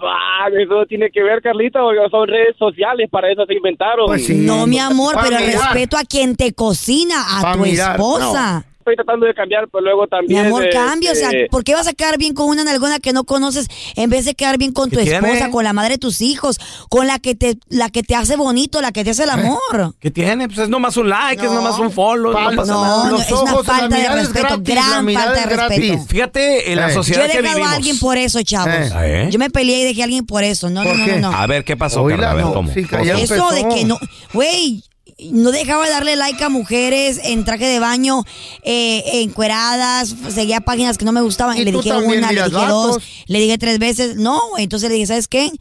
L: ah, eso tiene que ver, Carlita, porque son redes sociales, para eso se inventaron.
N: No, mi amor,
L: Pues Pa'
N: pero
L: mirar.
N: respeto a quien te cocina, a
L: Pa'
N: tu
L: mirar,
N: esposa.
L: no. Estoy tratando de cambiar, pero luego
N: Mi
L: también...
N: amor,
L: eh,
N: cambia. O sea,
D: este,
L: eh,
N: ¿por qué vas a quedar bien con una nalgona que no conoces en vez de quedar bien con tu
D: ¿Qué tiene?
N: esposa, con la madre de tus hijos, con la que te, la que te hace bonito, la que te hace el
D: Eh.
N: amor?
D: ¿Qué tiene? Pues es nomás un like, es nomás un follow, no
N: Pal-
D: pasa
N: no,
D: nada.
N: no, Los es una ojos, la falta de mirada es respeto, gratis, gran la mirada falta de es respeto. gratis.
D: Fíjate en la
N: Eh.
D: sociedad
N: Yo he
D: que
N: dejado
D: vivimos.
N: a alguien por eso, chavos.
D: Eh. Ah, ¿eh?
N: Yo me peleé y dejé a alguien por eso. No, no, no, no, no.
D: A ver, ¿qué Ah, pasó,
C: Oíla,
D: Carla? A ver,
C: no,
D: ¿cómo?
C: sí,
D: ¿Cómo?
C: calla. Ya
N: Eso de
C: empezó.
N: que no, güey, no dejaba de darle like a mujeres en traje de baño, eh, encueradas, seguía páginas que no me gustaban.
C: Y
N: le
C: tú
N: dije
C: también
N: una, le
C: miras
N: dije
C: vatos.
N: dos, le dije tres veces, no, güey. entonces le dije, ¿sabes qué?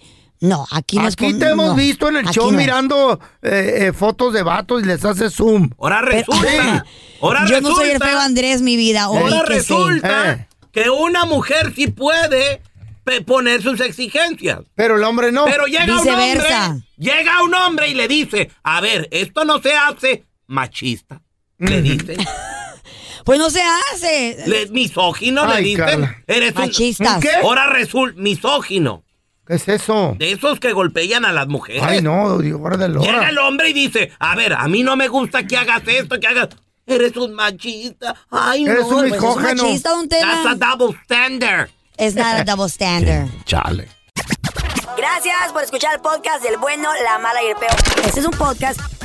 N: No, aquí no es
C: Aquí
N: con-
C: te hemos
N: no,
C: visto en el
N: aquí
C: show
N: no.
C: mirando eh, eh, fotos de vatos y les haces zoom.
D: Ahora
C: Pero-
D: resulta. Ahora
N: Yo no soy el
D: resulta-
N: feo Andrés, mi vida.
D: Ahora
N: oí que sí.
D: resulta
C: Eh.
D: que una mujer sí puede pe- poner sus exigencias.
C: Pero el hombre no.
D: Pero llega un
N: Viceversa.
D: hombre, llega un hombre y le dice, a ver, esto no se hace machista. Le dice,
N: Pues no se hace.
D: le, misógino, le
C: Ay,
D: dicen,
C: Carla.
D: eres un-
N: Machistas.
C: ¿Qué?
D: Ahora resulta misógino,
C: ¿Qué es eso?
D: de esos que golpean a las mujeres.
C: Ay, no, Dios, guárdalo.
D: Eh. Llega el hombre y dice, a ver, a mí no me gusta que hagas esto, que hagas... Eres un machista. Ay,
N: Eres
D: no.
N: un Pues es un misógino. machista, don Tela.
D: That's a double standard.
N: Es nada double standard.
D: Chale.
N: Gracias por escuchar el podcast del bueno, la mala y el peor. Este es un podcast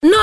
V: No